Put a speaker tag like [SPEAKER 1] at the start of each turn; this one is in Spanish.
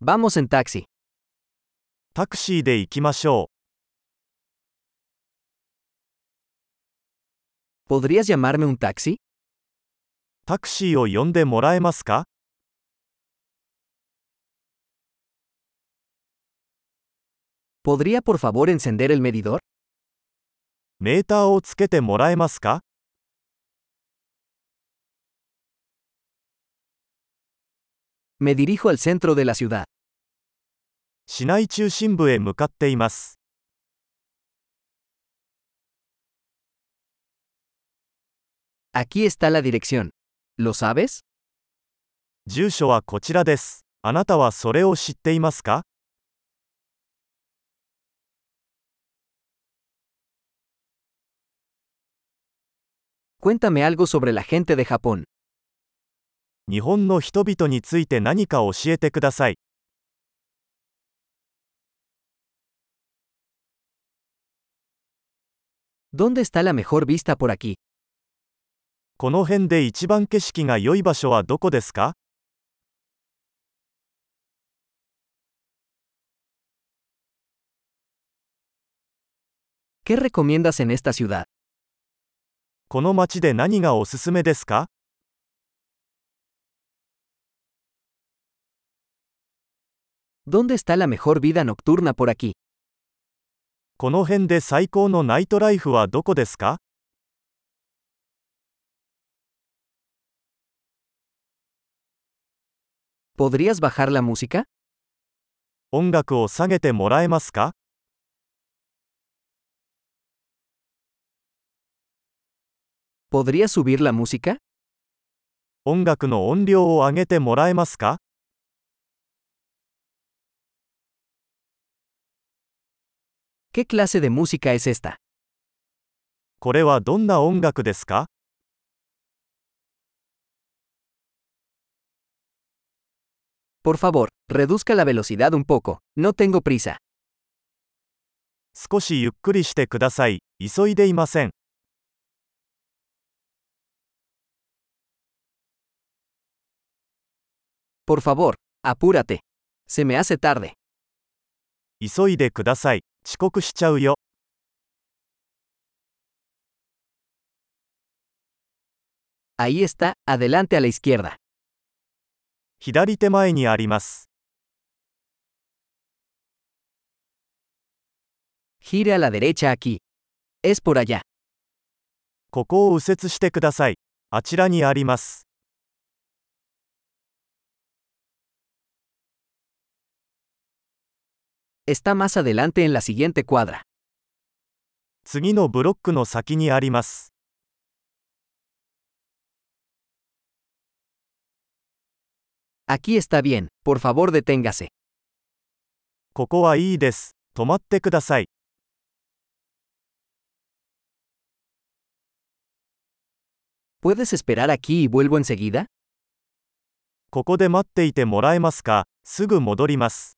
[SPEAKER 1] Vamos en taxi.
[SPEAKER 2] タクシーで行きましょ
[SPEAKER 1] ¿Podrías llamarme un taxi?
[SPEAKER 2] う。タクシーを呼んでもらえますか
[SPEAKER 1] ¿Podría por favor encender el medidor?
[SPEAKER 2] メーターをつけてもらえますか
[SPEAKER 1] Me dirijo al centro de la ciudad.
[SPEAKER 2] 市内中心部へ向かっています。
[SPEAKER 1] Aquí está la dirección. ¿Lo sabes?
[SPEAKER 2] 住所はこちらです。あなたはそれを知っていますか
[SPEAKER 1] Cuéntame algo sobre la gente de Japón.
[SPEAKER 2] 日本の人々について何か教えてください。
[SPEAKER 1] ¿Dónde está la mejor vista por aquí?
[SPEAKER 2] この辺で一番景色が良い場所はどこですか
[SPEAKER 1] ¿Qué recomiendas en esta ciudad?
[SPEAKER 2] この街で何がおすすめですか
[SPEAKER 1] ¿Dónde está la mejor vida nocturna por aquí?
[SPEAKER 2] この辺で最高のナイトライフはどこですか
[SPEAKER 1] ¿Podrías bajar la música?
[SPEAKER 2] 音楽を下げてもらえますか
[SPEAKER 1] ¿Podrías subir la música?
[SPEAKER 2] 音楽の音量を上げてもらえますか
[SPEAKER 1] ¿Qué clase de música es esta?
[SPEAKER 2] これはどんな音楽ですか
[SPEAKER 1] Por favor, reduzca la velocidad un poco. No tengo prisa.
[SPEAKER 2] 少しゆっくりしてください。急いでいません。
[SPEAKER 1] Por favor, apúrate. Se me hace tarde.
[SPEAKER 2] 急いでください。遅刻しちゃうよ。
[SPEAKER 1] Ahí está, adelante a la izquierda.
[SPEAKER 2] 左手前にあります。
[SPEAKER 1] Gire a la derecha aquí. Es por allá.
[SPEAKER 2] ここを右折してください。あちらにあります。
[SPEAKER 1] Está más adelante en la siguiente cuadra.
[SPEAKER 2] 次のブロックの先にあります。
[SPEAKER 1] Aquí está bien, por favor deténgase.
[SPEAKER 2] ここはいいです。止まってください。
[SPEAKER 1] ¿Puedes esperar aquí y vuelvo enseguida?
[SPEAKER 2] ここで待っていてもらえますかすぐ戻ります。